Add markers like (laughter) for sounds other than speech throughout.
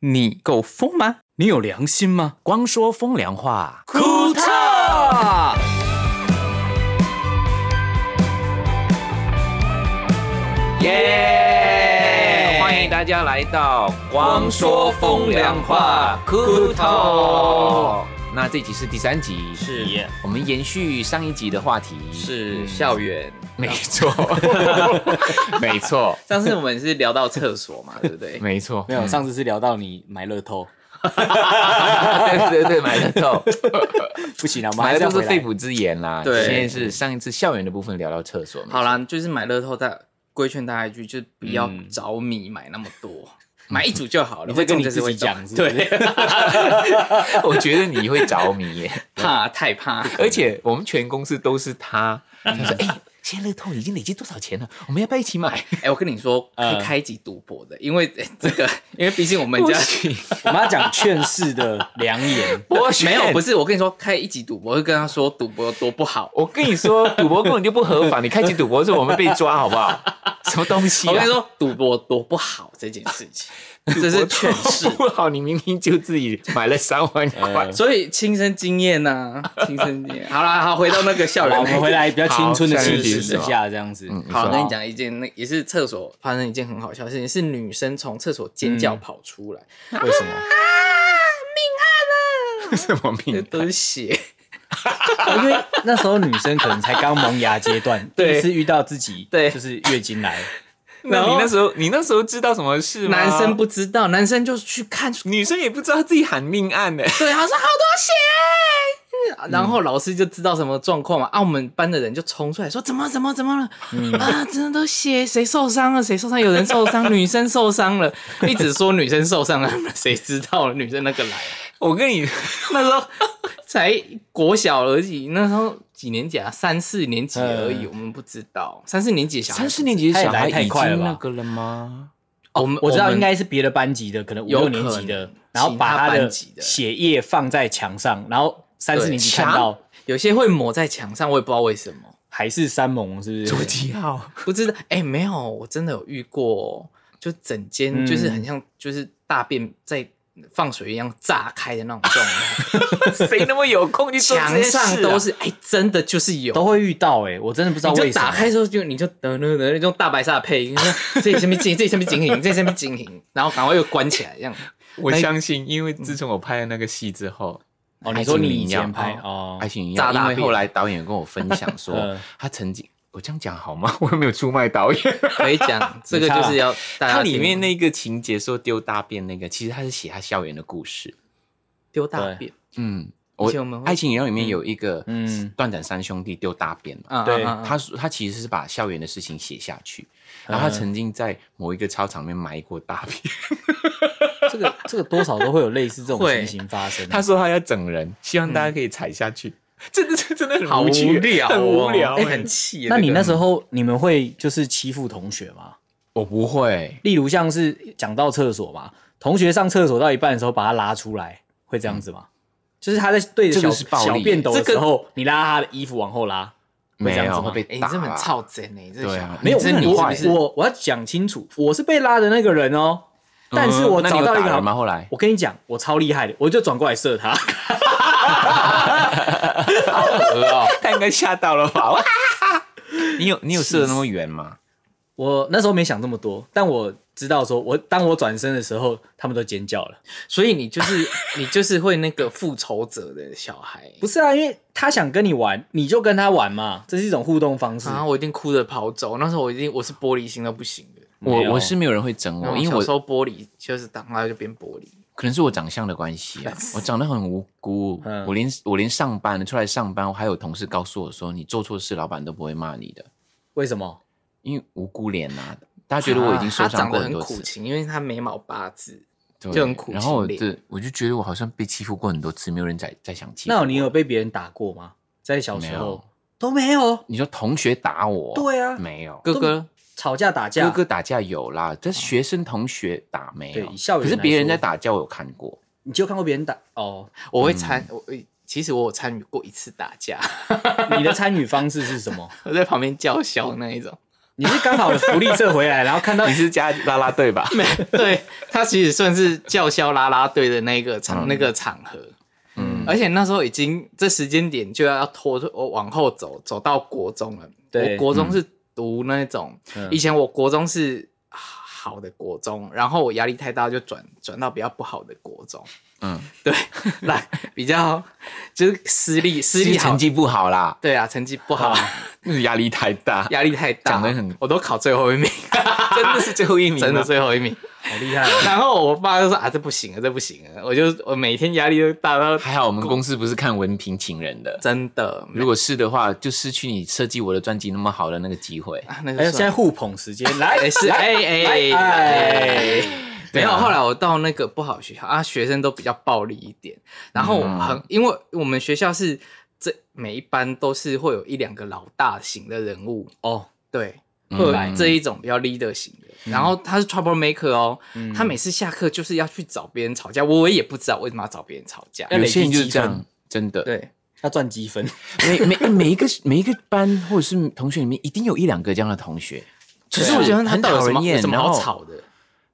你够疯吗？你有良心吗？光说风凉话，库特，耶！欢迎大家来到光说风凉话库特。那这集是第三集，是耶我们延续上一集的话题，是校园。没 (laughs) 错，没错，上次我们是聊到厕所 (laughs) 嘛，对不对？没错，没有，上次是聊到你买乐透，对对对，买得到，不行 (laughs) 啊，我们还买得是要到是回肺来。腑之言啦。对现在是上一次校园的部分聊到厕所，好啦，就是买乐透，大规劝大家一句，就不要着迷买那么多， (laughs) 买一组就好了。嗯你在跟你会中就自是会己中讲，是不是 (laughs) 对，我觉得你会着迷耶，怕 (laughs) 太怕。而且我们全公司都是他，他说：“哎、现在乐透已经累积多少钱了？我们要不要一起买。哎，我跟你说，可以呃开一集赌博的，因为 (laughs) 哎这 (laughs) 个，因为毕竟我们家 (laughs) 我们要讲劝世的良言我选没有，不是我跟你说，开一集赌博，我会跟他说赌博有多不好？”。我跟你说，赌博根本就不合法，你开启赌博之后我们被抓，好不 (laughs) 好？什么东西、啊？我跟你说，赌博多不好这件 (laughs) 事情，这是劝世。不好，你明明就自己买了三万块呃，所以亲身经验呐、亲身经验。好啦，好，回到那个校 (laughs) 好园啦，我那一集，们回来比较青春的好下一气题质是之什么下，这样子。嗯好，你我说跟你讲一件，那也是厕所发生一件很好笑的事情，是女生从厕所尖叫跑出来，为什么？ (laughs) 什么 (laughs) 这命？都是血。因为那时候女生可能才刚萌芽阶段，第对一次遇到自己，对就是月经来，那你然后那时候，你那时候知道什么事吗？男生不知道，男生就去看，女生也不知道自己喊命案呢、对，啊他说好多血。嗯然后老师就知道什么状况嘛，啊，我们班的人就冲出来说怎么怎么怎么了、嗯啊，真的都血，谁受伤了？谁受伤？有人受伤，女生受伤了，一直说女生受伤了，谁知道女生那个来了我跟你，那时候才国小而已，那时候几年级啊？三四年级而已，嗯我们不知道。三四年级的小 (laughs) 孩，三四年级的小太孩来太已快了经吧那个了吗？哦，我们我知道应。们该是别的班级的，可能五六有可年能级的，然后把他其他的班级的血液放在墙上，然后三四对年级看到有些会抹在墙上，我也不知道为什么，还是三萌，是不手是？机号不知道。哎、没有，我真的有遇过，就整嗯间就是很像，就是大便在放水一样炸开的那种状态，谁那么有空去做这墙些事啊上都是，哎、真的就是有，都会遇到哎、我真的不知道你为就什么打。开的时候就你就呃噔噔噔用大白鲨的配音，说这里下面警，这里下面警影，这里下面警影，然后赶快又关起来这样。我相信，因为自从我拍了那个戏之后，哦，你说你以前拍爱情灵药哦爱，情一炸样，因大为便后来导演跟我分享说嗯，他曾经我这样讲好吗？我又没有出卖导 (laughs) 演。可以讲，这个就是要大家它听里面那个情节说丢大便那个，其实他是写他校园的故事。丢大便，嗯，以前我们会爱情饮料里面有一个嗯断掌三兄弟丢大便嘛，啊对啊啊他说他其实是把校园的事情写下去，然后他曾经在某一个操场里面埋过大便。 (laughs) 这个这个多少都会有类似这种会情形发生。他说他要整人，希望大家可以踩下去。嗯真的是真的很好无无趣聊哦，很无聊哎哎很气耶。那你这个那时候你们会就是欺负同学吗？我不会，例如像是讲到厕所嘛，同学上厕所到一半的时候把他拉出来，会这样子吗？就是他在对着这小个是暴力小便斗的这时个候，你拉他的衣服往后拉，会没这样有子吗会被哎，你打。啊这很操贼呢，你这个对小啊孩，没有，你真的很我坏是不是我我要讲清楚，我是被拉的那个人哦。但是我嗯那你找有到一打个人吗？好，后来我跟你讲，我超厉害的，我就转过来射他。 (laughs) 他应该吓到了 (laughs) 吧？哇你有你有射得那么远吗？我那时候没想这么多，但我知道说，我当我转身的时候，他们都尖叫了。所以你就是你就是会那个复仇者的小孩。不是啊，因为他想跟你玩，你就跟他玩嘛，这是一种互动方式。然后我一定哭着跑走，那时候我一定我是玻璃心到不行的。没有我我是没有人会整然我，后哦因为小我时候玻璃就是打开就变玻璃，可能是我长相的关系啊，我长得很无辜，嗯我连我连上班出来上班，我还有同事告诉我说，你做错事，老板都不会骂你的，为什么？因为无辜脸呐、大家觉得我已经受啊他伤长过得很很多苦次，情，因为他眉毛八字。对就很苦然后我情脸对我就觉得我好像被欺负过很多次，没有人再再想欺负我。那你有被别人打过吗？在小时没有候都没有，你说同学打我，对啊没有哥哥吵架打架，哦哥哥打架有啦，但是学生同学打没有对以校，园可是来别人说在打架我有看过，你就看过别人打哦？我会参，嗯我我其实我有参与过一次打架，你的参与方式是什么？ (laughs) 我在旁边叫嚣那一种。 (laughs) 你是刚好福利社回来，然后看到你是加啦啦队 (laughs) 吧？对他其实算是叫嚣啦啦队的那个场、那个场合，嗯，而且那时候已经这时间点就要要拖我往后走，走到国中了。对我嗯国中是读那种，嗯以前我国中是好的国中，然后我压力太大就转转到比较不好的国中，嗯，对， (laughs) 来比较就是私立私立好成，绩不好啦，对啊，成绩不好，压力太大，压力太大，讲得很我都考最后一名， (laughs) 真的是最后一名，真的。最后一名。好厉 (laughs) 害哦， (laughs) 然后我爸就说啊，这不行啊，这不行啊！我就我每天压力都大到还好我们公司不是看文凭请人的，真的，如果是的话，就失去你设计我的专辑那么好的那个机会。啊那哎，个现在算互捧时间 (laughs) 来哎 (laughs) 是来哎哎哎哎，没对啊有。后来我到那个不好的学校啊，学生都比较暴力一点，然后我很因为我们学校是这每一班都是会有一两个老大型的人物，哦，对，嗯会有这一种比较 leader 型的。然后他是 trouble maker 哦，他每次下课就是要去找别人吵架，我也不知道为什么要找别人吵架。要有累积些人就是积这样分，，真的。对，要赚积分，每每每一个每一个班或者是同学里面，一定有一两个这样的同学。可是我觉得他很到底有讨什人么有厌，什么然好后吵的？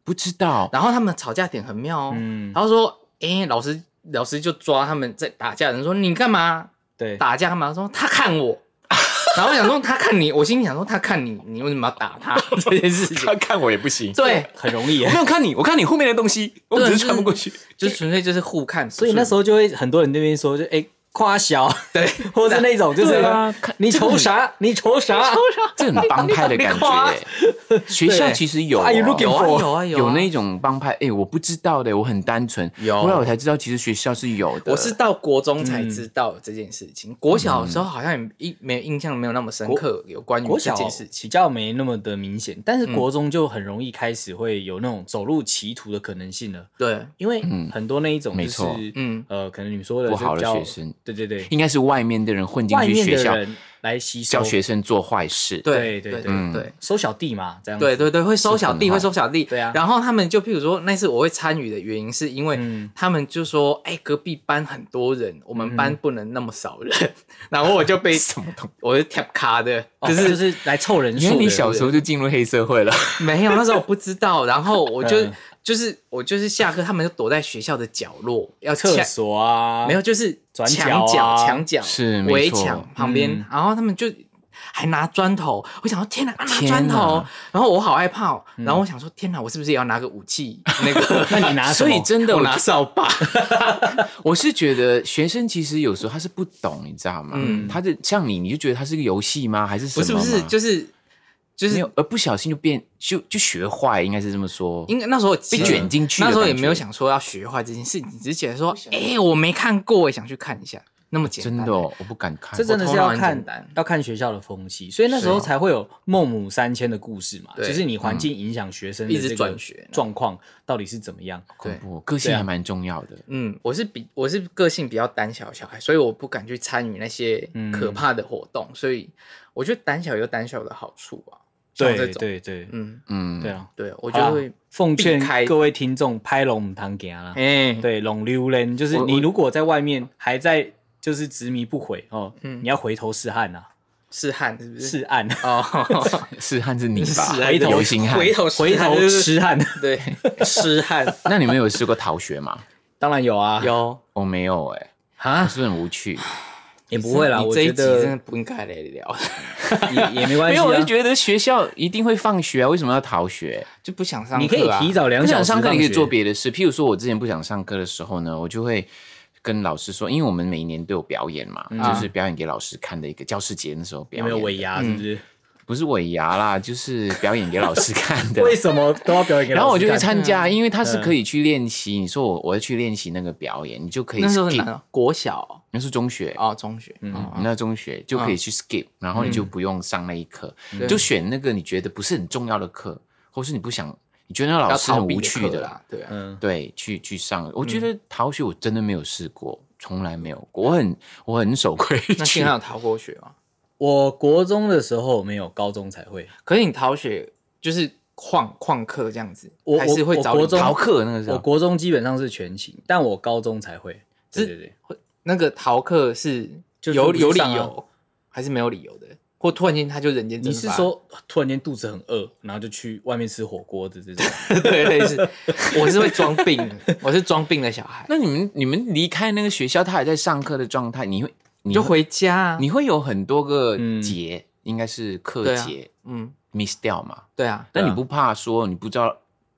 不知道，然后他们吵架点很妙哦，嗯然后说，哎、老师老师就抓他们在打架的人说，你干嘛对，打架干嘛？说他看我， (laughs) 然后我想说他看你，我心里想说他看你，你为什么要打他 (laughs) 这件事 (laughs) 情？看我也不行。对，很容易耶我没。有看你，我看你后面的东西，我只对是穿不过去。就是纯粹就是互 (laughs) 看，所以那时候候就会很多人那边说，就哎夸小，对，或者那种就是对啊看你愁啥？你愁啥？这很帮派的感觉耶。学校其实有哦、 Are you looking 有啊 for？有啊有啊有那种帮派，哎、我不知道的，我很单纯。有后来我才知道，其实学校是有的。我是到国中才知道这件事情，国小的时候好像也一没有印象，没有那么深刻有关于国这小嗯件事比情。较没那么的明显，但是国中就很容易开始会有那种走入歧途的可能性了，对，因为很多那一种嗯没就是错嗯呃，可能你说的不好的就比较学生对对对，应该是外面的人混进外去面学的校，人来吸收教学生做坏事。对对对对对嗯对。收小弟嘛，这样子对对对，会收小弟，是很好会收小弟。对啊然后他们就譬如说，那次我会参与的原因，是因为嗯他们就说：“哎、隔壁班很多人，我们班不能那么少人。嗯 (laughs) 然后我就 (laughs) 被什么东，我是跳卡的，哦就是、就是来凑人数因的。为你小时候就进入黑社会了，没有那时候我不知道。然后我就、 (laughs) 嗯就是我就是下课，他们就躲在学校的角落，要厕抢所啊，没有，就是转角墙角、啊墙角是没围错墙旁边，嗯然后他们就还拿砖头，我想说天哪，啊拿天砖头哪，嗯然后我好害怕、哦，然后我想说天哪，我是不是也要拿个武 (laughs) 器？那个，那你拿什所么以真的啊我我拿扫把， (laughs) 我是觉得学生其实有时候他是不懂，你知道吗？嗯他的像你，你就觉得他是个游戏吗？还是什不么是吗？不是，就是就没是有，而不小心就变就就学坏，应该是这么说。应该那时候被被卷进去的那时候也感觉没有想说要学坏这件事情，只是觉得说，哎、我没看过，想去看一下，那么简单，真的、哦，我不敢看。这真的是我头脑要很看简单要看学校的风气，所以那时候才会有孟母三迁的故事嘛，对就是你环境影响学生的一这直个转学状况到底是怎么样。对恐怖，个性对啊还蛮重要的。嗯，我是比我是个性比较胆小的小孩，所以我不敢去参与那些嗯可怕的活动，所以我觉得胆小有胆小的好处啊，像对这对种，对对，嗯，嗯，对啊，对，我我就会，奉劝避开各位听众拍龙母堂行啦，哎、对，龙溜人就是我你如果在外面还在就是执迷不悔哦，嗯你要回头是岸啊，是汗是不是？是岸，哦， (laughs) 是汉是你吧？是 (laughs) 啊回头流星汉。回头回头吃，是岸。 (laughs) 对，吃汗那你们有试过逃学吗？当然有啊，有我没有哎、我啊，是不是很无趣？也不会啦，你我这一觉集真得的不应该来聊，也也没关系没有，我就啊。觉得学校一定会放学啊，为什么要逃学？就不想上课、啊， (laughs) 你可以提早两不小想时上课，你可以放学做别的事。譬如说，我之前不想上课的时候呢，我就会跟老师说，因为我们每一年都有表演嘛，就是表演给老师看的一个教师节那时候有嗯表没有演，尾牙是不是？不是尾牙啦，就是表演给老师看 (laughs) 的。为什么都要表演给老师看？然后我就去参加，因为他是嗯可以去练习。你说我我要去练习那个表演，你就可以那时候是 skip 哪。哦个国小那是中学，哦，中学，嗯，那中学就可以去嗯 skip，然后你就不用上那一课，对就选那个你觉得不是很重要的课，或是你不想，你觉得那老要师逃很避无的趣课的，啦，对啊，嗯，对，去去上。我觉得逃学我真的没有试过，从来没有过，我很我很守规那矩幸。好有逃过学哦吗？我国中的时候没有，高中才会。可是你逃学就是旷旷课这样子，我还是会我找我国你中逃课那个时我候，国中基本上是全勤，但我高中才会。对对对，那个逃课是就是有不有去理上啊由还是没有理由的？或突然间他就人间蒸你发。是说突然间肚子很饿，然后就去外面吃火锅的 (laughs) 这种？ (laughs) 对类似？我是会装病，我是装病的小孩，那你们你们离开那个学校，他还在上课的状态，你会你就会回家啊。你会有很多个嗯节，应该是课对啊节嗯， miss 掉嘛？对啊，那对啊你不怕说你不知道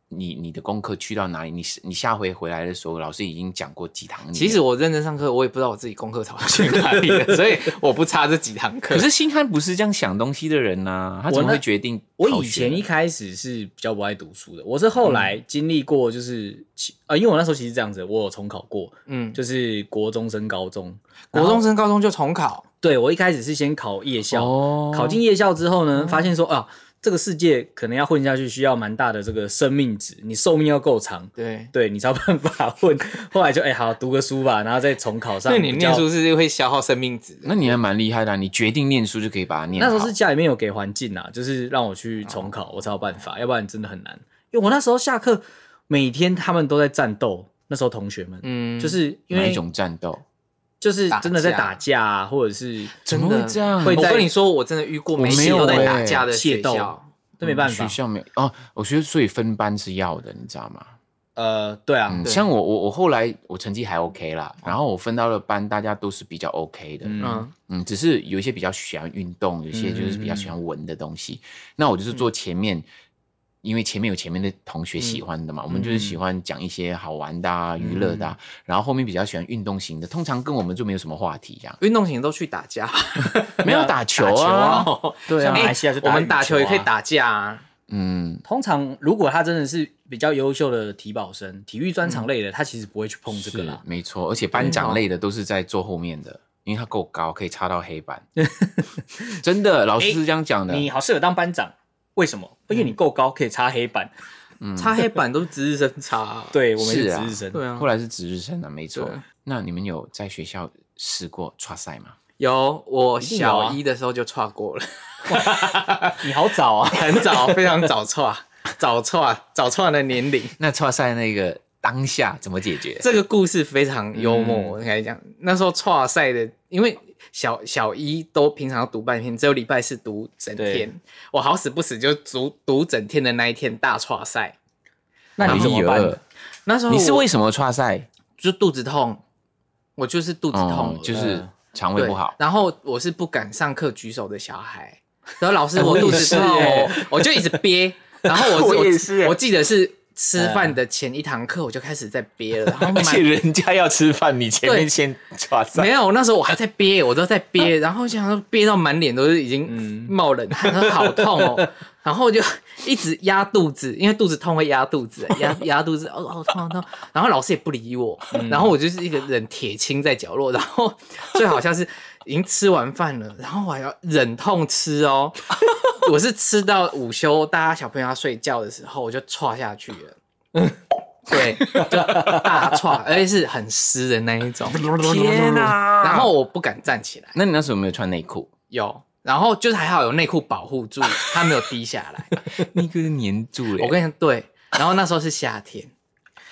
你你的功课去到哪里？你你下回回来的时候，老师已经讲过几堂。其实，我认真上课，我也不知道我自己功课逃去哪里了， (laughs) 所以我不差这几堂课。可是星汉不是这样想东西的人呐、他怎么我那会决定我逃以学前一开始是比较不爱读书的，我是后来经历过，就是其呃，因为我那时候其实这样子，我有重考过，嗯，就是国中升高中，国中升高中就重考，对我一开始是先考夜校，哦考进夜校之后呢，发现说啊，这个世界可能要混下去，需要蛮大的这个生命值，你寿命要够长，对。对你才有办法混。 (laughs) 后来就哎、好读个书吧，然后再重考上。所以你比较念书是会消耗生命值的，那你还蛮厉害的啊、你决定念书就可以把它念那好。时候是家里面有给环境啊，就是让我去重哦考，我才有办法，要不然真的很难。因为我那时候下课每天他们都在战斗，那时候同学们，嗯，就是因哪为一种战斗？就是真的在打架打架啊，或者是怎么真会的这样？会我在跟你说，我真的遇过每天我没有都在打欸架的学械斗嗯校，都没办法学。校没有哦，我觉得所以分班是要的，你知道吗？呃，对哦啊，嗯，对像我我我后来我成绩还 OK 啦，然后我分到了班，大家都是比较 OK 的，嗯嗯，，只是有一些比较喜欢运动，有一嗯些就是比较喜欢文的东西。那我就是坐前面，因为前面有前面的同学喜欢的嘛，嗯我们就是喜欢讲一些好玩的、啊、娱乐的、啊，然后后面比较喜欢运动型的，通常跟我们就没有什么话题这样 (laughs) 运动型都去打架，没有打球啊，打对像，啊马哎来西亚就我打们打球也可以打。打架啊。嗯，通常如果他真的是比较优秀的体保生、体育专长类嗯的，他其实不会去碰这个是啦。没错，而且班长类的都是在坐后面的。因为他够高，可以插到黑板，真的，老师是这样讲的。你好适合当班长，为什么？因为你够高，可以擦黑 (laughs) 板。擦黑板都是值日生擦啊，对我们是是啊值日生，对啊后。来是值日生啊，没错对。那你们有在学校试过刷赛吗？ (laughs) 有，我定有啊小一的时候就串过了，你好早哎啊！很早，非常早串，早串，早串的年龄。那刷赛那个当下怎么解决？这个故事非常幽默，我跟你讲，那时候跨赛的，因为小小一都平常要读半天，只有礼拜四读整天。我好死不死就读读整天的那一天大跨赛，那你怎么哎办呦？那时候你是我为什么刷赛？就肚子痛，我就是肚子痛，哦，就是肠胃对不好。然后我是不敢上课举手的小孩， (laughs) 然后老师我我也肚子是痛欸，我就一直憋。然后我 (laughs) 我也是欸嗯我记得是吃饭的前一堂课我就开始在憋了，(laughs) 然后满人家要吃饭，你前对先刷没。有，那时候我还在憋，我都在憋，然后想说憋到满脸都是已经冒冷汗，说好痛哦，然后我就一直压肚子，因为肚子痛会压肚子，压压肚子，哦，好痛好痛。然后老师也不理我，然后我就是一个人铁青在角落，然后最好像是已经吃完饭了，然后我还要忍痛吃哦，我是吃到午休，大家小朋友要睡觉的时候，我就歘下去了。对，就大歘，而且是很湿的那一种。天哪！然后我不敢站起来，那你那时候有没有穿内裤？有，然后就是还好有内裤保护住，它没有滴下来。那个粘住了。我跟你讲，对，然后那时候是夏天，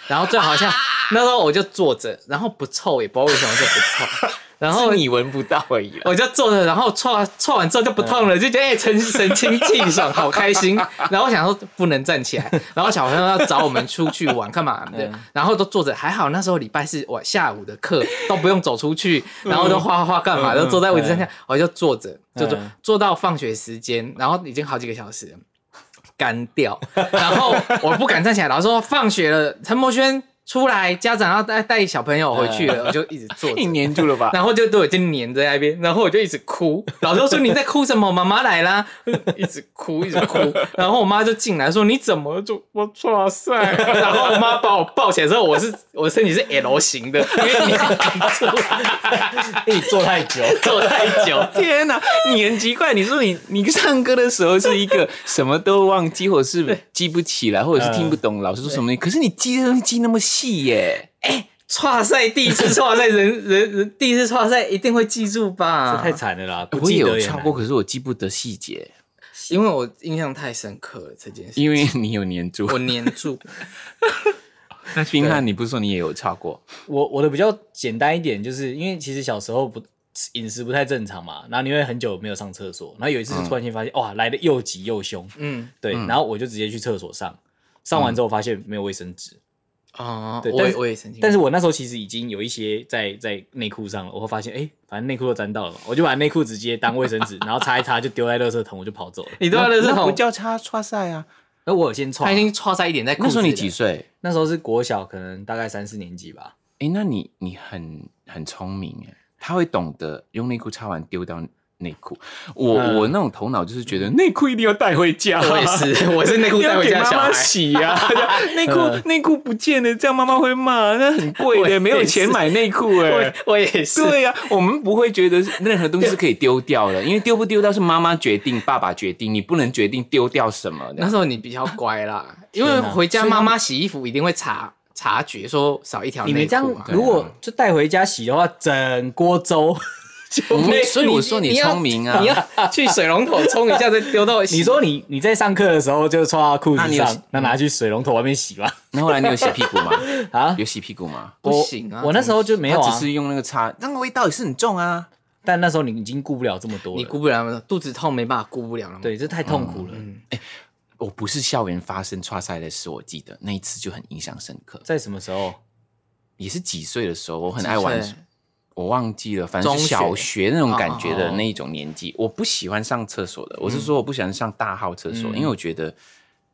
然后最好像那时候我就坐着，然后不臭，也不知道为什么就不臭，然后是。你闻不到而已啦。我就坐着，然后搓搓完之后就不痛了，就觉得哎，神神清气爽，好开心。然后我想说不能站起来，然后小朋友要找我们出去玩干嘛的，然后都坐着，还好那时候礼拜四我下午的课都不用走出去，然后都画画画干嘛，都坐在位置上下，我就坐着，就坐嗯坐到放学时间，然后已经好几个小时了。干掉，然后我不敢站起来，老师说放学了，陈柏轩出来，家长要带带小朋友回去了，我就一直坐着，你粘住了吧？然后就对我就黏在那边，然后我就一直哭。老师说你在哭什么？妈妈来啦，一直哭一直哭。然后我妈就进来说你怎么就我哇塞？然后我妈把我抱起来之后，我是我身体是 L 型的，因为因为你你哎坐太久， (laughs) 坐太久。天呐，你很奇怪。你说你你唱歌的时候是一个什么都忘记，或者是记不起来，或者是听不懂老师说什么东西，可是你记的东西记那么细耶。跨赛第一次跨赛，人人人第一次跨赛一定会记住吧？这太惨了啦！不啊哎我记也得有也唱难过，可是我记不得细节，因为我印象太深刻了这件事，因为你有粘 (laughs) 住。我黏住。那冰汉，你不是说你也有唱过？我我的比较简单一点，就是因为其实小时候不饮食不太正常嘛，然后你会很久没有上厕所，然后有一次就突然间发现、嗯哇来的又急又凶，嗯对，然后我就直接去厕所上，上完之后发现没有卫生纸，啊，对我但也是我也曾经，但是我那时候其实已经有一些在在内裤上了，我会发现哎、诶反正内裤都沾到了嘛，我就把内裤直接当卫生纸，然后擦一擦就丢在垃圾桶，我就跑走了。你都要垃圾那不桶，叫擦刷塞啊。那我有先他穿已，经戳在一点在裤那子时候里你了几？岁？那时候是国小，可能大概三四年级吧。哎，那你你很很聪明哎，他会懂得用内裤擦完丢到内裤。我、嗯我那种头脑就是觉得内裤一定要带回家、 (laughs) 我也。是，我是内裤带要回给家的妈小妈孩。洗啊呀、 (laughs) 内嗯裤内裤不见了，这样妈妈会骂，那很贵的，没有钱买内裤哎。 (laughs) 我也是，对呀、我们不会觉得任何东西是可以丢掉的，因为丢不丢掉是妈妈决定、爸爸决定，你不能决定丢掉什么那的。时候你比较乖啦，因为天哪回家所以他妈们妈洗衣服一定会察察觉说少一条你内们这样裤嘛。啊如果啊就带回家洗的话，整锅粥。 (laughs) 我们嗯所以我说你聪明啊 (laughs) 你，要去水龙头冲一下，再丢到洗你说你你在上课的时候就穿到裤那子你有上，那拿去水龙头外面洗吧。那后来你有洗屁 (laughs) 股吗？啊，有洗屁股吗？不我行啊我那时候就没有他啊只，是用那个擦，那个味道也是很重啊。但那时候你已经顾不了这么多了。你顾不了，肚子痛没办法顾不了了嘛。对，这太痛苦了。嗯我哦不是校园发生串赛的事，我记得那一次就很印象深刻。在什么时候？也是几岁的时候，我很几爱玩岁，我忘记了，反正是中学小学那种感觉哦的哦哦那一种年纪。我不喜欢上厕所的，我是说我不喜欢上大号厕所，嗯因为我觉得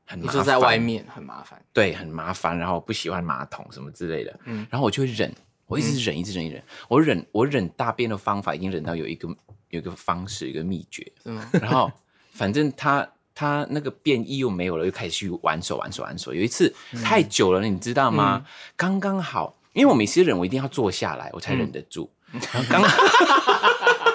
很你麻说烦，在外面很麻烦。对，很麻烦，然后不喜欢马桶什么之类的，嗯然后我就会忍，我一直忍，一直忍，一直忍，我忍，我忍大便的方法已经忍到有一个有一个方式，有一个秘诀，是 (laughs) 吗？然后反正他他那个便意又没有了，又开始去玩手玩手玩手。有一次嗯太久了，你知道吗？刚刚好，因为我每次忍，我一定要坐下来，我才忍得住。嗯然后刚 (laughs) 好。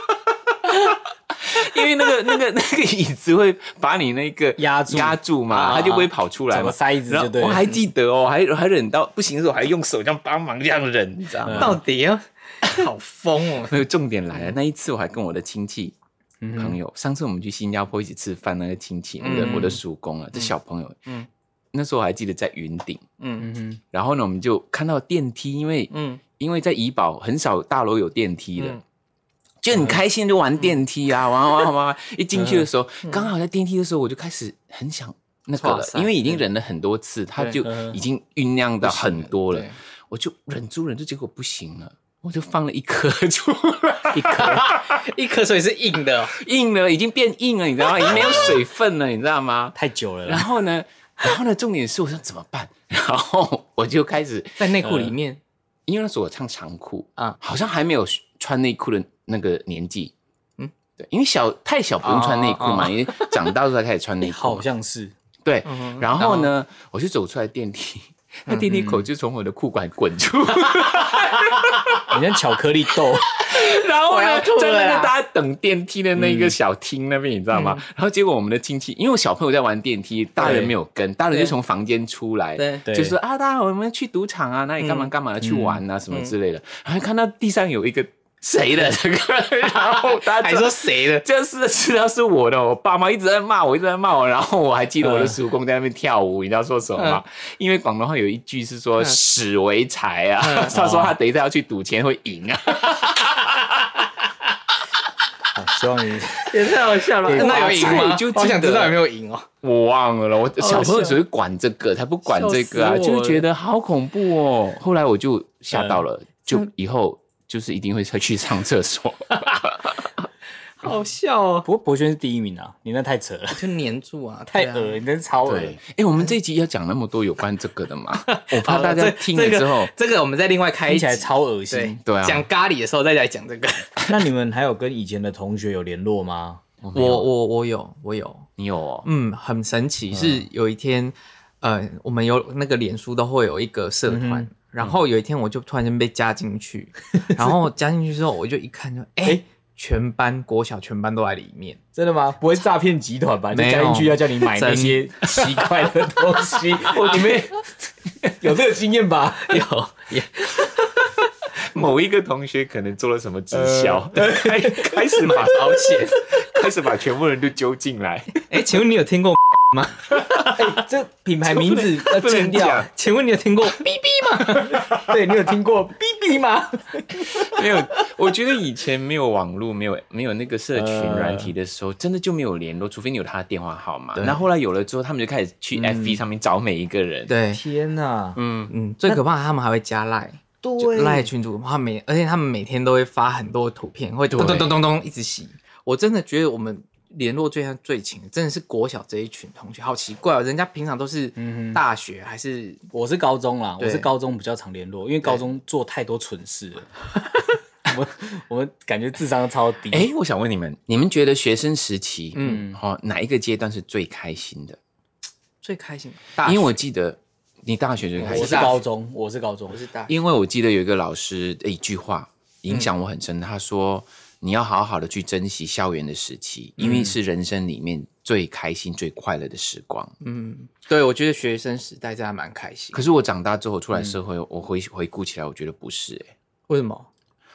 因为那个、那个、那个椅子会把你那个压住压住嘛，啊它就不会跑出来怎嘛。么塞子然就后对我了。还记得哦，还还忍到不行的时候，我还用手这样帮忙这样忍，嗯你知道吗？到底要 (laughs) 好疯哦！没有重点来了，那一次我还跟我的亲戚嗯朋友，上次我们去新加坡一起吃饭，那个亲戚，我的嗯我的叔公啊，这小朋友，嗯那时候我还记得在云顶，嗯嗯然后呢，我们就看到电梯，因为嗯，因为在怡保很少大楼有电梯的嗯，就很开心就玩电梯啊，玩玩玩玩，一进去嗯的时候，刚好在电梯的时候，我就开始很想那个哇了，塞嗯因为已经忍了很多次，他对就嗯已经酝酿到很多了对，我就忍住忍住，结果不行了。我就放了一颗出来，一颗一颗水是硬的哦，硬了，已经变硬了，你知道吗？已经没有水分了，你知道吗？ (laughs) 太久了然啦。后呢，然后呢，重点是我说怎么办？然后我就开始，在内裤里面因为那时候我唱长裤啊啊，好像还没有穿内裤的那个年纪，嗯嗯，对，因为小太小不用穿内裤哦哦嘛，因为长大之后才开始穿内裤好 (laughs) 嘛，像是对嗯。然后呢，我就走出来电梯，那电梯口就从我的裤管滚出来很像巧克力 (laughs) 豆，然后我要呢吐，了在那啦个大家等电梯的那嗯个小厅那边，你知道吗？然后结果我们的亲戚，因为我小朋友在玩电梯，大人没有跟，大人就从房间出来，对嗯对就说啊，大家好我们去赌场啊，那里干嘛干嘛去玩啊，什么之类的。然后看到地上有一个谁的这个，然后大家还就说。谁的？就是知道是我的，我爸妈一直在骂我，一直在骂我。然后我还记得我嗯的叔公在那边跳舞，你知道说什么吗？因为广东话有一句是说“嗯屎为财”啊，嗯他说他等一下要去赌钱会赢啊。好希望你也太好笑了对那有赢吗？我就记得我想知道有没有赢哦。我忘了，我笑小朋友只会管这个，他不管这个啊，笑死我就了是觉得好恐怖哦。后来我就吓到了，就以后就是一定会再去上厕所。 (laughs) 好笑哦， (laughs) 不过博轩是第一名啊，你那太扯了，就黏住啊，太对啊恶，你真是超恶。 (laughs) 对，哎，我们这一集要讲那么多有关这个的嘛， (laughs) 我怕好大家这听了之后，这个这个我们再另外开听一集起来超恶对心。对啊讲咖喱的时候再来讲这个。 (laughs) 那你们还有跟以前的同学有联络吗？哦没有我我我有我有，你有哦，嗯，很神奇，是有一天，呃，我们有那个脸书都会有一个社团，嗯然后有一天我就突然间被加进 (laughs) 去，然后加进去之后我就一看就，哎、诶全班国小全班都在里面，真的吗？不会诈骗集团吧？就没有加进去要叫你买那些奇怪的东西， (laughs) 我你们有这个经验吧？有也 (laughs) 某一个同学可能做了什么直销， (laughs) 开开始把好险， (laughs) 开始把全部人都揪进来， (laughs) 哎、请问你有听 (laughs) 过？ (laughs) 哎这 (laughs) 品牌名字要不能禁掉讲。请问你有听过哔哔？对你有听过哔哔密码。 (laughs) 没有，我觉得以前没有网络，没有没有那个社群软体的时候，真的就没有联络，除非你有他的电话号码。那后来有了之后，他们就开始去 FB 上面找每一个人。，(laughs) 对，天哪，嗯，嗯，最可怕的他们还会加赖。对，赖群主，他每而且他们每天都会发很多图片，会咚咚咚咚咚一直洗。我真的觉得我们联络最像最勤，的，真的是国小这一群同学，好奇怪哦，人家平常都是大学还是我是高中啦，对我是高中比较常联络，因为高中做太多蠢事 (laughs) 了。我们我们感觉智商超低。哎，我想问你们，你们觉得学生时期，嗯，好，哪一个阶段是最开心的？最开心。大因为学我记得你大学最开我心是，高中，我是高中我，是大学，因为啊我记得有一个老师的一句话影响我很深，他说你要好好的去珍惜校园的时期，因为是人生里面最开心、最快乐的时光。嗯，对，我觉得学生时代真的蛮开心可。是我长大之后出来社会，我回回顾起来，我觉得不是、欸，为什么？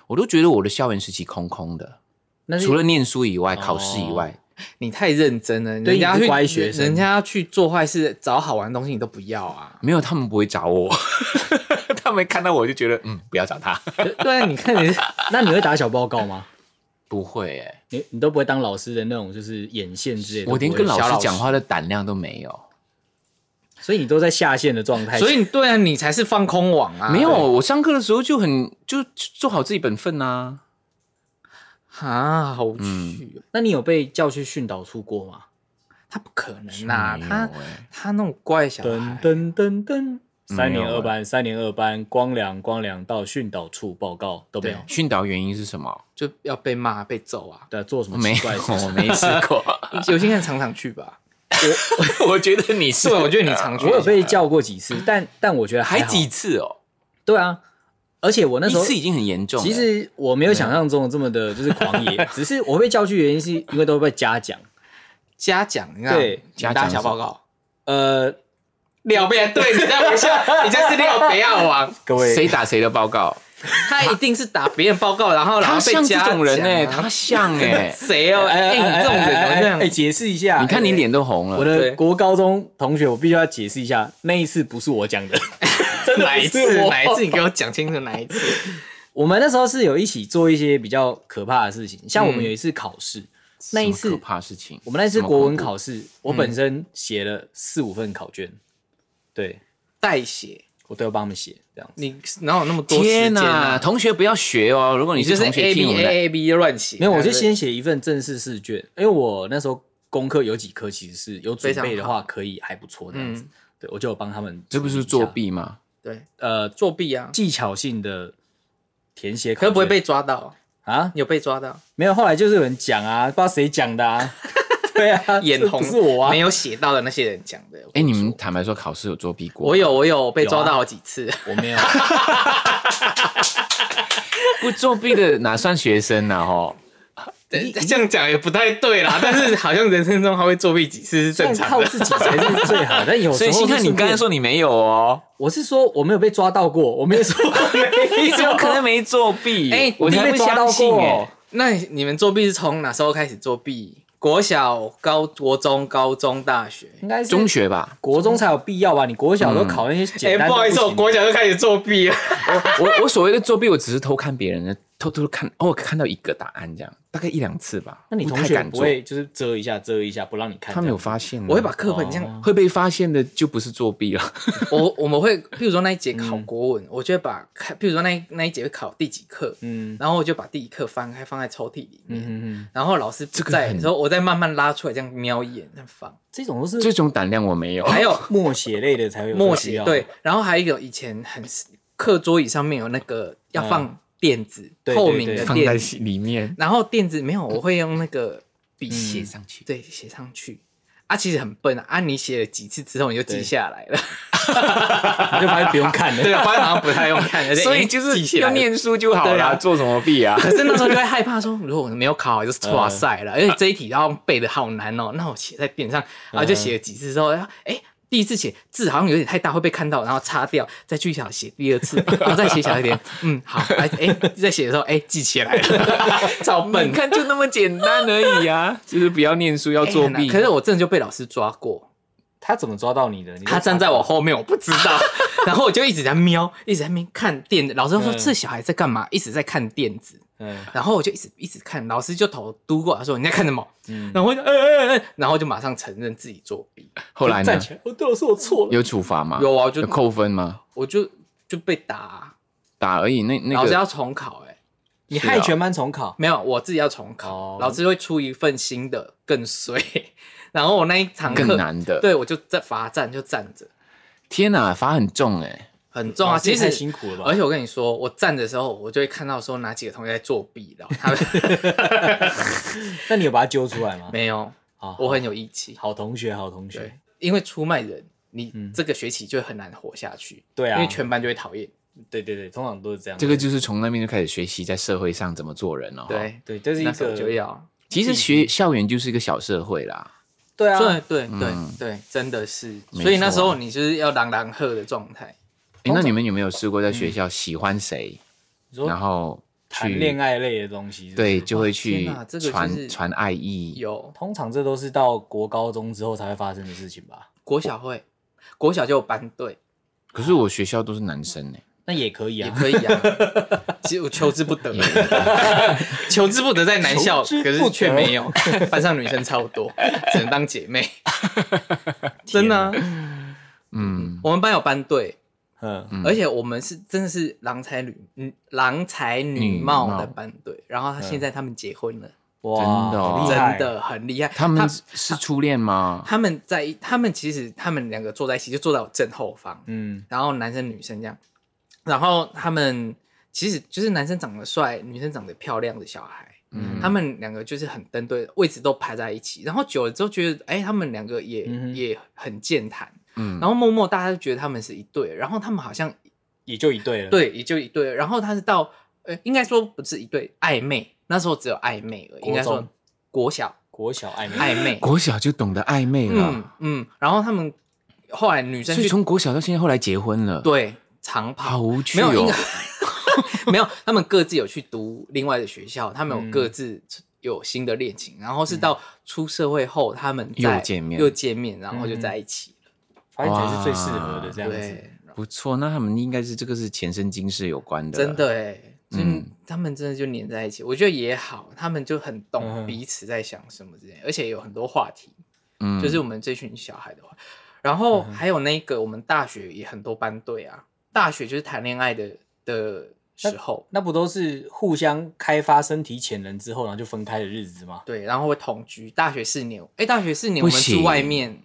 我都觉得我的校园时期空空的，那是除了念书以外，考试以外，。你太认真了，对人家你是去乖学生人家要去做坏事、找好玩的东西，你都不要 (laughs) 啊没有他们不会找我， (laughs) 他们看到我就觉得嗯，不要找他，对，你看你那你会打小报告吗？不会、欸，你你都不会当老师的那种，就是眼线之类的。我连跟老都不会师小讲，话的胆量都没有。所以你都在下线的状态。 (laughs) 所以你对啊，你才是放空网啊。没有，我上课的时候就很就做好自己本分啊。啊，好无趣哦、那你有被叫去训导处过吗？他不可能呐、没有他欸他那种怪小孩噔，噔噔噔，三没有年二欸班，三年二班，光良光良到训导处报告都没有对。训导原因是什么？就要被骂被揍啊。对，做什么没奇有，怪的事我情？没试过。有些人常常去吧，我觉得你是，对，(laughs) 我觉得你常 (laughs) 去。我有被叫过几次，但但我觉得还好啊几次哦，对啊，而且我那一时候次已经很严重了。其实我没有想象中的这么的，就是狂野。只是我被叫去的原因是因为都被嘉奖。嘉奖，你看，对你打小报告，呃，廖贝尔，对你在微笑，你这是廖贝尔王，各位谁打谁的报告？他一定是打别人报告，然后然他后被像这嘉种人哎、奖啊他像 (laughs) 哎、谁哦？哎，你这种人怎么哎，这样？解释一下，你看你脸都红了。我的对国高中同学，我必须要解释一下，那一次不是我讲的，真的哪不一是次？我。哪一次？你给我讲清楚哪一次？我们那时候是有一起做一些比较可怕的事情，像我们有一次考试，那一什么次可怕的事情，我们那次什么恐国文怖考试，我本身写了四五份考卷，对代写，我都要帮他们写，这样你哪有那么多时天间哪、啊？同学不要学哦！如果你你就是是同学 A 听我 B 们 A 的， A B 乱写，没有，我就对不对先写一份正式试卷，因为我那时候功课有几科其实是有准备的非常话，可以还不错这样子。对，我就有帮他们，嗯这不是作？弊吗？对呃，作弊啊，技巧性的填写考卷，可是不会被抓到，啊？你有被抓到？没有，后来就是有人讲啊，不知道谁讲的 (laughs) 啊。对啊，眼这红不是我啊没，有写到的那些人讲的。哎、你们坦白说，考试有作弊过？我有，我有被抓有啊到好几次，我 (laughs) 没有。不作弊的哪算学生呢、啊？哦，这样讲也不太对 (laughs) 啦。但是好像人生中他会作弊几次是正但常靠的。自己才是最好，但有时 (laughs) 所以候新是汉，你顺刚才便说你没有哦，我是说我没有被抓到过，我没有说没 (laughs) 你有怎么可能没作弊？哎 (laughs) 我你才被不抓到相信过哎、 (laughs) 那你们作弊是从哪时候开始作弊？国小、高、国中、高中、大学。应该是中学哎吧？国中才有必要吧？你国小都考那些简单、的。小就开始作弊啊了。我我我所谓的作弊，我只是偷看别人的，偷偷看，偶尔看到一个答案这样，大概一两次吧。那你不同太学敢不做，会就是遮一下遮一下，不让你看这样？他们有发现啊， (laughs) 我会把课本这样，会被发现的就不是作弊了。我我们会，譬如说那一节考国文，我就会把看，譬如说那一那一节会考第几课，嗯然后我就把第一课翻开放在抽屉里面，嗯嗯，然后老师不这个在很的时候，我再慢慢拉出来，这样瞄一眼再放。这种都是 (laughs) 这种胆量我没有。还有默写类的才会有默这个需写要对，然后还有一个以前很课桌椅上面有那个要放垫子，对透明对的对放在垫子，心里面然后垫子没有，我会用那个笔写写上，上去，对，写上去。啊，其实很笨啊！啊，你写了几次之后你就记对下来了， (laughs) 你就发现不用看了。对啊，发现好像不太用看， (laughs) 而且所以诶记就是起来要了念书就好对啊啦，做什么弊啊？可是那时候就会害怕说，如果我没有考好，就是错赛了。而哎且这一题要背的好难哦，那我写在垫上，然后就写了几次之后，然后哎、第一次写字好像有点太大，会被看到，然后擦掉，再去小写第二次，然后再写小一点，嗯，好，哎、哎，在写的时候哎、记起来了，超笨你，看就那 (laughs) 么简单而已啊，就是不要念书要哎作很难弊。可是我真的就被老师抓过，他怎么抓到你的？你就他站在我后面，我不知道，然后我就一直在瞄，一直在那边看电子，老师就说嗯这小孩在干嘛？一直在看电子。 (laughs) 嗯然后我就一直一直看，老师就头嘟过来说你在看什么，然后我就哎哎哎，然后就马上承认自己作弊，后来呢站？起来，哦，对，老师我错了。有处罚吗？有啊就有扣分吗？我就就被打啊，打而已。那那老师个要重考哎、你是害啊全班重考，没有，我自己要重考，哦老师会出一份新的更衰， (laughs) 然后我那一堂课更，难的。对我就在罚站就站着，天哪，罚很重哎、很重啊，老师也其太实哦辛苦了吧而且我跟你说，我站的时候，我就会看到说哪几个同学在作弊，然后他们那你有把他揪出来吗？没有，好我很有义气，好同学，好同对学，，因为出卖人，你这个学期就很难活下去，对啊因为全班就会讨厌，对对对，通常都是这样。这个就是从那边就开始学习在社会上怎么做人了、哦。，对，对，这是一那时候个就要，其实学校园就是一个小社会啦。对啊，对对对对，真的是，没所以那错时候啊你就是要朗朗喝的状态。哎，那你们有没有试过在学校喜欢谁，你说然后谈去恋爱类的东西，对，，就会去天哪这个就传、是传爱意？有通常这都是到国高中之后才会发生的事情吧？国小会，国小就有班队，可是我学校都是男生呢、欸那也可以也啊，可以啊。 (laughs) 其实我求之不得，求之不得在男校，求之可不得是却没有班上女生超多，只能当姐妹。真的啊、嗯，我们班有班队，嗯，而且我们是真的是郎才女嗯郎才女貌的班队。然后他现在他们结婚了，哇，真的哦好厉害真，的很厉害。他们是初恋吗？他们在一他们其实他们两个坐在一起，就坐在我正后方。嗯，然后男生女生这样，然后他们其实就是男生长得帅，女生长得漂亮的小孩，嗯他们两个就是很登对，位置都排在一起，然后久了之后觉得，哎，他们两个也、嗯哼也很健谈，嗯然后默默大家就觉得他们是一对，然后他们好像也就一对了，，对也就一对，然后他是到呃，应该说不是一对暧昧，那时候只有暧昧而国已，中应该说国小国小暧昧，暧昧，国小就懂得暧昧嗯了，嗯，然后他们后来女生所去以从国小到现在，后来结婚了。，对长跑好无趣没有，应哦该。 (laughs) 没有，他们各自有去读另外的学校，他们有各自有新的恋情，然后是到出社会后，他们再又见面又见面，然后就在一起了。发现才是最适合的这样子。对，不错，那他们应该是这个是前身今世有关的。真的哎，嗯嗯，他们真的就黏在一起，我觉得也好，他们就很懂嗯彼此在想什么之类，而且有很多话题，嗯，就是我们这群小孩的话。然后还有那个，我们大学也很多班队啊，大学就是谈恋爱的的时候，那不都是互相开发身体潜能之后，然后就分开的日子吗？对，然后会同居。大学四年，哎，大学四年不我们住行外面，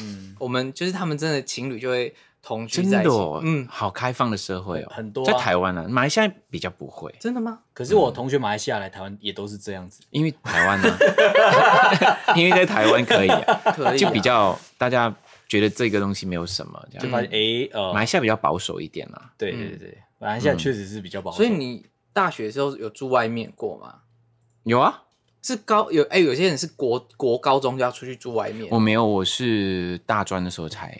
嗯，我们就是他们真的情侣就会同居真在一的起。哦，嗯，嗯，好开放的社会哦，很多啊在台湾呢、马来西亚比较不会，真的 (laughs) 吗？可是我同学马来西亚来台湾也都是这样子，因为台湾 (laughs) 呢、因为在台湾可以、啊，可以啊就比较大家觉得这个东西没有什么这就样，发现诶，呃马，来西亚比较嗯保守一点啦、对对对对，马来西亚确实是比较保守，所以你大学的时候有住外面过吗？有啊，是高有哎，有些人是国国高中就要出去住外面我。没有，我是大专的时候才，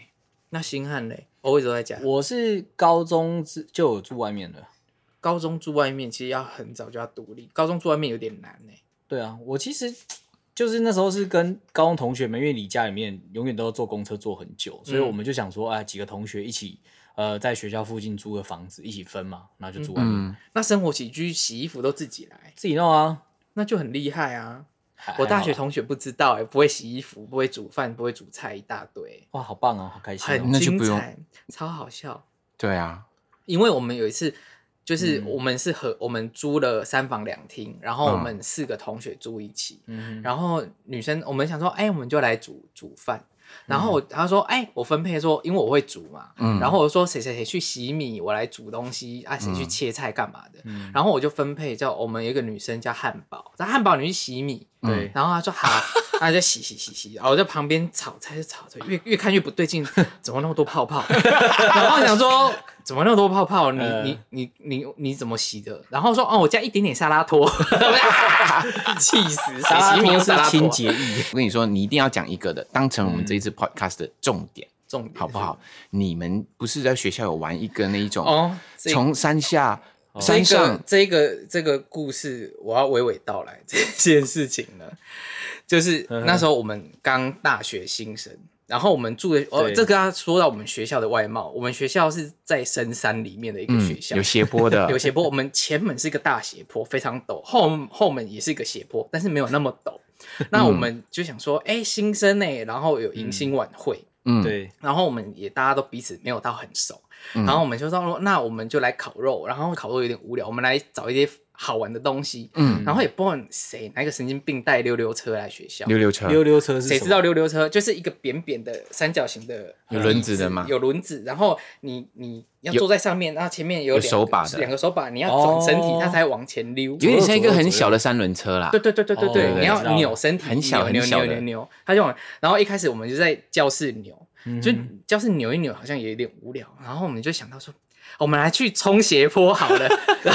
那星汉嘞，我一直都在家。我是高中之就有住外面的。高中住外面其实要很早就要独立，高中住外面有点难呢。对啊，我其实就是那时候是跟高中同学们，因为离家里面永远都要坐公车坐很久，嗯所以我们就想说，啊，几个同学一起，呃，在学校附近租个房子一起分嘛，然后就住外面、嗯，那生活起居、洗衣服都自己来，自己弄啊。那就很厉害啊！还我大学还好同学不知道哎，不会洗衣服，不会煮饭，不会煮菜，一大堆。哇，好棒哦，好开心、很哦。哎那就精不用彩，超好笑。对啊，因为我们有一次，就是嗯我们是和、我们租了三房两厅，然后嗯我们四个同学住一起，嗯哼，然后女生我们想说，哎，我们就来煮煮饭。然后我他说，哎，我分配说，因为我会煮嘛，嗯然后我说谁谁谁去洗米，我来煮东西啊，谁去嗯切菜干嘛的，嗯然后我就分配叫我们有一个女生叫汉堡，那汉堡你去洗米，嗯对，然后他说好，啊他就洗洗洗洗，然后我在旁边炒菜就炒菜，越越看越不对劲，怎么那么多 (laughs) 泡泡？然后我想说怎么那么多泡泡？你呃你你你你怎么洗的？然后说哦，我加一点点沙 (laughs) 拉托，气死！沙拉谁洗米托用沙拉是托清洁液，我跟你说，你一定要讲一个的，当成我们这一次 podcast 的重点，重点好不？好？你们不是在学校有玩一个那一种，哦，这哦从山下、山这上个这个这个故事，我要娓娓道嗯 (laughs) 来这件事情呢，就是那时候我们刚大学新生，然后我们住的哦，对这个要说到我们学校的外貌，我们学校是在深山里面的一个嗯学，校，有斜坡的 (laughs) 有，斜坡，我们前门是一个大斜坡，非常陡，后后门也是一个斜坡，但是没有那么陡。 (laughs) 嗯那我们就想说，哎、新生呢、然后有迎新晚会，嗯，对，然后我们也大家都彼此没有到很熟，嗯，然后我们就说，哦那我们就来烤肉，然后烤肉有点无聊，我们来找一些好玩的东西，嗯，然后也不知道谁哪一个神经病带溜溜车来学校，溜溜车，溜溜车是谁什知么道溜溜车就是一个扁扁的三角形的有轮子的吗有轮子，然后你你要嗯有坐在上面，然后前面有有两手个把的两个手把，你要转身体哦，它才往前溜。有点像一个左很右小的三轮车啦对。对对对对对，哦我你要知道扭身体，很小扭扭很小扭的扭扭，它就往。然后一开始我们就在教室扭，就教室扭一扭，好像也有点无聊。然后我们就想到说，我们来去冲斜坡好了。 (laughs)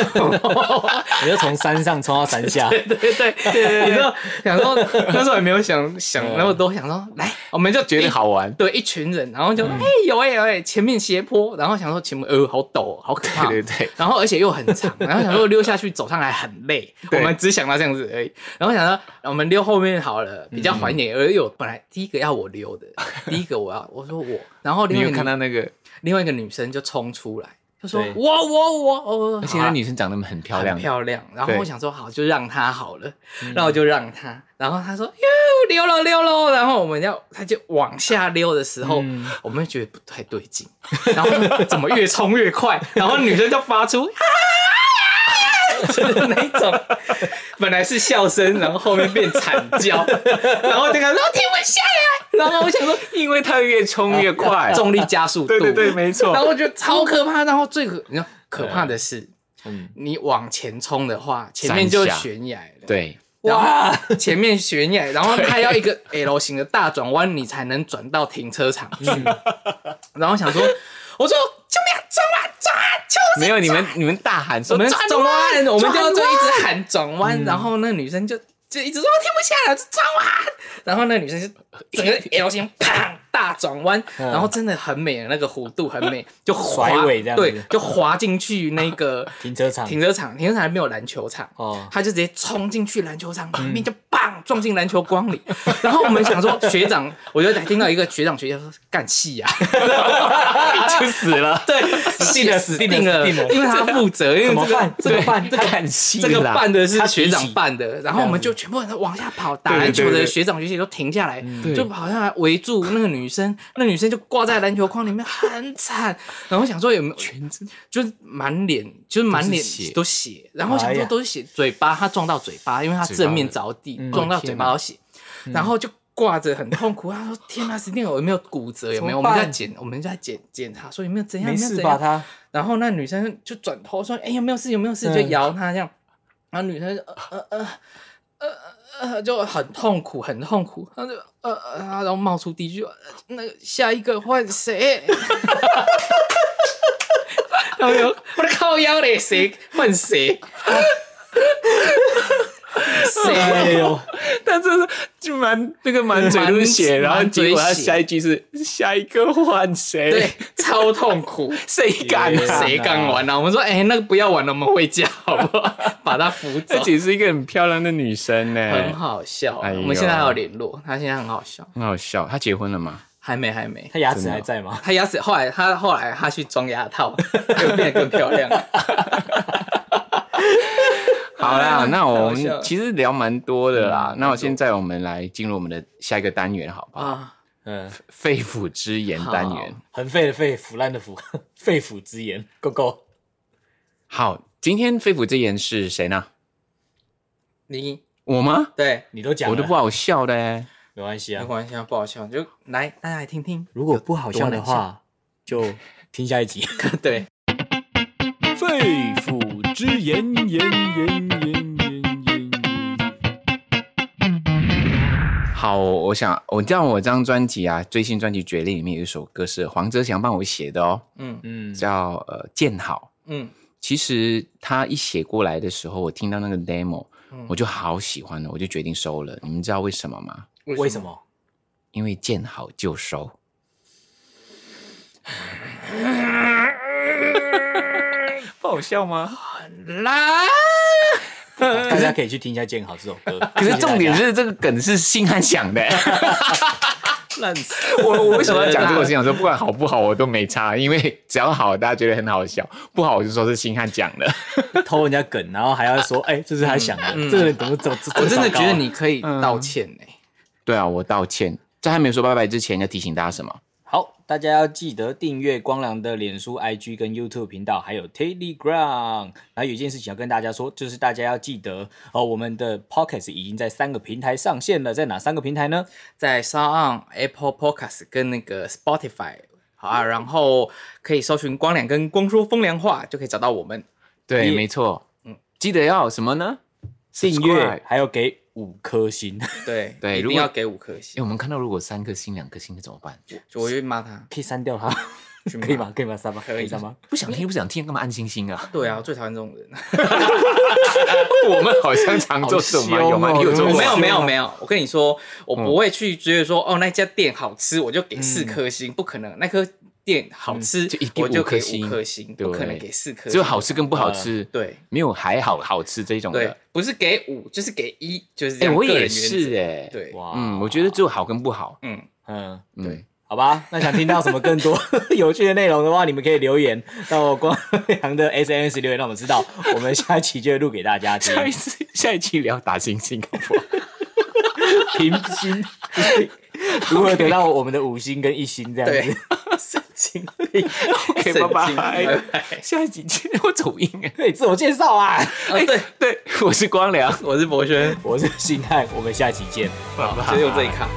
你就从山上冲到山下， (laughs) 对对对，你知道，想说那时候也没有想想那么多，想说来，我们就觉得一好玩，对，一群人，然后就哎、有哎、有哎、前面斜坡，然后想说前面呃好陡，好可怕，对对对，然后而且又很 (laughs) 长，然后想说溜下去走上来很累，我对们只想到这样子而已，然后想到我们溜后面好了，比较缓一点，而有本来第一个要我溜 (laughs) 的，第一个我要我说我，然后另你外有一个看女到那个？另外一个女生就冲出来，就说对我我我哦，而且好那啊女生长得很漂亮很，漂亮。然后对我想说好，就让她好了，然后就让她。然后她说哟溜了溜了，然后我们要她就往下溜的时候，嗯我们就觉得不太对劲，然后怎么越冲越快，然后女生就发出。啊就是那一种，本来是笑声，然后后面变惨叫，然后这个老铁我下来，然后我想说因为她越冲越快重力加速度，对对对，没然错。后我觉得超可怕。然后最可你知道可怕的是，嗯你往前冲的话，前面就悬崖了。，对，哇，前面悬崖，然后它要一个 L 型的大转弯，你才能转到停车场去。然后想说，我说救命啊，转弯转弯，就是 (laughs) 没有你们你们大喊我说啊们啊转转弯，我们就要就转一直喊转弯，嗯然后那女生就就一直说停不下来，就转弯，然后那女生 (laughs) 就整个 L 型砰大转弯，然后真的很美，那个弧度很美，就滑嗯甩尾这样子对，就滑进去那个 (laughs) 停车场停车场，停车场还没有篮球场，哦，嗯他就直接冲进去篮球场里面，就棒撞进篮球框里。然后我们想说，学长，我就听到一个学长学姐说干戏 (laughs) 啊呀，就死了，对，定了死死定了了，死定了因为他负责，因为怎么这个办？这对个办这看戏这个啦办的是他提学起长办的，然后我们就全部人都往下跑，打篮球对的对学长学姐都停下来，嗯对就跑下来围住那个女生，那女生就挂在篮球框里面，很惨。然后想说有没有，就是满脸就是满都脸是血都血，然后想哎说呀都是血，嘴巴她撞到嘴巴，因为她嘴巴正面着地嗯撞到天嘴巴哪有血，然后就。挂着很痛苦，她说：“天哪、啊，死定了！有没有骨折？有没有？”我怎么办们就在检，我们就在检检查，说有没有怎样，没有没有事怎吧样。他？然后那女生就转头说：“哎、有没有事？有没有事？”嗯就摇她这样，然后女生就呃呃呃呃呃呃就很痛苦，很痛苦，她就呃呃，然后冒出第一句：“呃那个下一个换谁？” (laughs) 然后就我的靠腰嘞，谁换谁？ (laughs) 谁？ (laughs) 哎呦，但这是就满那个满嘴都是血，满然后结果他满嘴血下一句是下一个换谁？对，，哎 (laughs) 超痛苦。谁敢天啊哪？ (laughs) 谁敢玩呢、啊？我们说，哎、那个不要玩了，我们回家 (laughs) 好不好？把他扶走而。且是一个很漂亮的女生呢，很好笑、啊哎呦我们现在还有联络，他现在很好笑，很好笑。她结婚了 (laughs) 吗？还没还没他。牙齿真的啊还在吗？他牙齿后来他后来他去装牙套， (laughs) 就变得更漂亮。好啦，那我太好笑了嗯们其实聊蛮多的啦。那我蛮多现在我们来进入我们的下一个单元，好不好？ (laughs) 啊，嗯，肺腑之言单元。很废的废，腐烂的腐， (laughs) 肺腑之言，Go Go！好，今天肺腑之言是谁呢？你我吗？对你都讲了，我都不好笑的欸。没关系没啊。关系啊，不好笑就来大家来听听。如果不好笑的多话，就听下一集。 (laughs) 对，肺腑之言，言言言言言言。好，我想，我知道我这张专辑啊，最新专辑《决裂》里面有一首歌是黄哲翔帮我写的哦，嗯嗯，叫呃《见好》。嗯，其实他一写过来的时候，我听到那个 demo，、嗯我就好喜欢了，我就决定收了。你们知道为什么吗？嗯为什？么？因为见好就收。 (laughs) 不好笑吗？啦，大家可以去听一下《建好》这首歌。可是重点谢谢 (laughs) 是这个梗是星汉想的、烂死。我欸我为什么要讲 (laughs) 这个？我心想说，不管好不好，我都没差，因为只要好，大家觉得很好笑；不好，我就说是星汉讲的。偷人家梗，然后还要说，哎、这是他想的，这个人怎么走？这我真的觉这么糟糕啊得，你可以道歉欸呢、 (laughs) 对啊，我道歉，在还没有说拜拜之前，要提醒大家什么？好，大家要记得订阅光良的脸书、IG 跟 YouTube 频道，还有 Telegram。然后有一件事情要跟大家说，就是大家要记得哦，我们的 Pocket 已经在三个平台上线了，在哪三个平台呢？在 s o n Apple Podcast 跟那个 Spotify 好嗯啊，然后可以搜寻“光良”跟“光说风凉话”就可以找到我们。对，也没错，嗯记得要什么呢？哎订 Subscribe 阅还有给五颗星，对 (laughs) 对一如定果要给五颗哎，星，我们看到如果三颗星、两颗星的怎么办？就我就骂他。 (laughs) 可以删 (laughs) 掉它，去骂可以吗？可以吗？删吗？可以删吗？不想听，不想听，干嘛按星星啊？对啊，我最讨厌这种人。 (laughs) 我们好像常做这种 (laughs) 吗？好凶哦有吗？你有做我过没有吗？没有没有，我跟你说，我不会嗯去觉得说、哦那家店好吃，我就给四颗星，不可能。那颗店好吃，就一定我就五颗给星五颗星，对不可能给四颗星。只有好吃跟不好吃，，对没有还好好吃这种对的。，不是给五就是给一，就是这哎，样。我个人也原则是哎，，对，哇，嗯，我觉得只有好跟不好，嗯，嗯。嗯对。好吧，那想听到什么更多 (laughs) 有趣的内容的话，你们可以留言到光良的 SNS 留言，让我们知道。我们下一期就会录给大家听。 (laughs) 下一次下一期聊打星星，好不好？评 (laughs) 星，如何得到我们的五星跟一星这样对子？，神经病 OK， (laughs) 神经拜拜拜 (laughs) 下一集见，我走音哎。对，自我介绍啊！啊，对，对，我是光良。我是博轩，我是星汉，我们下期见。就用这一卡。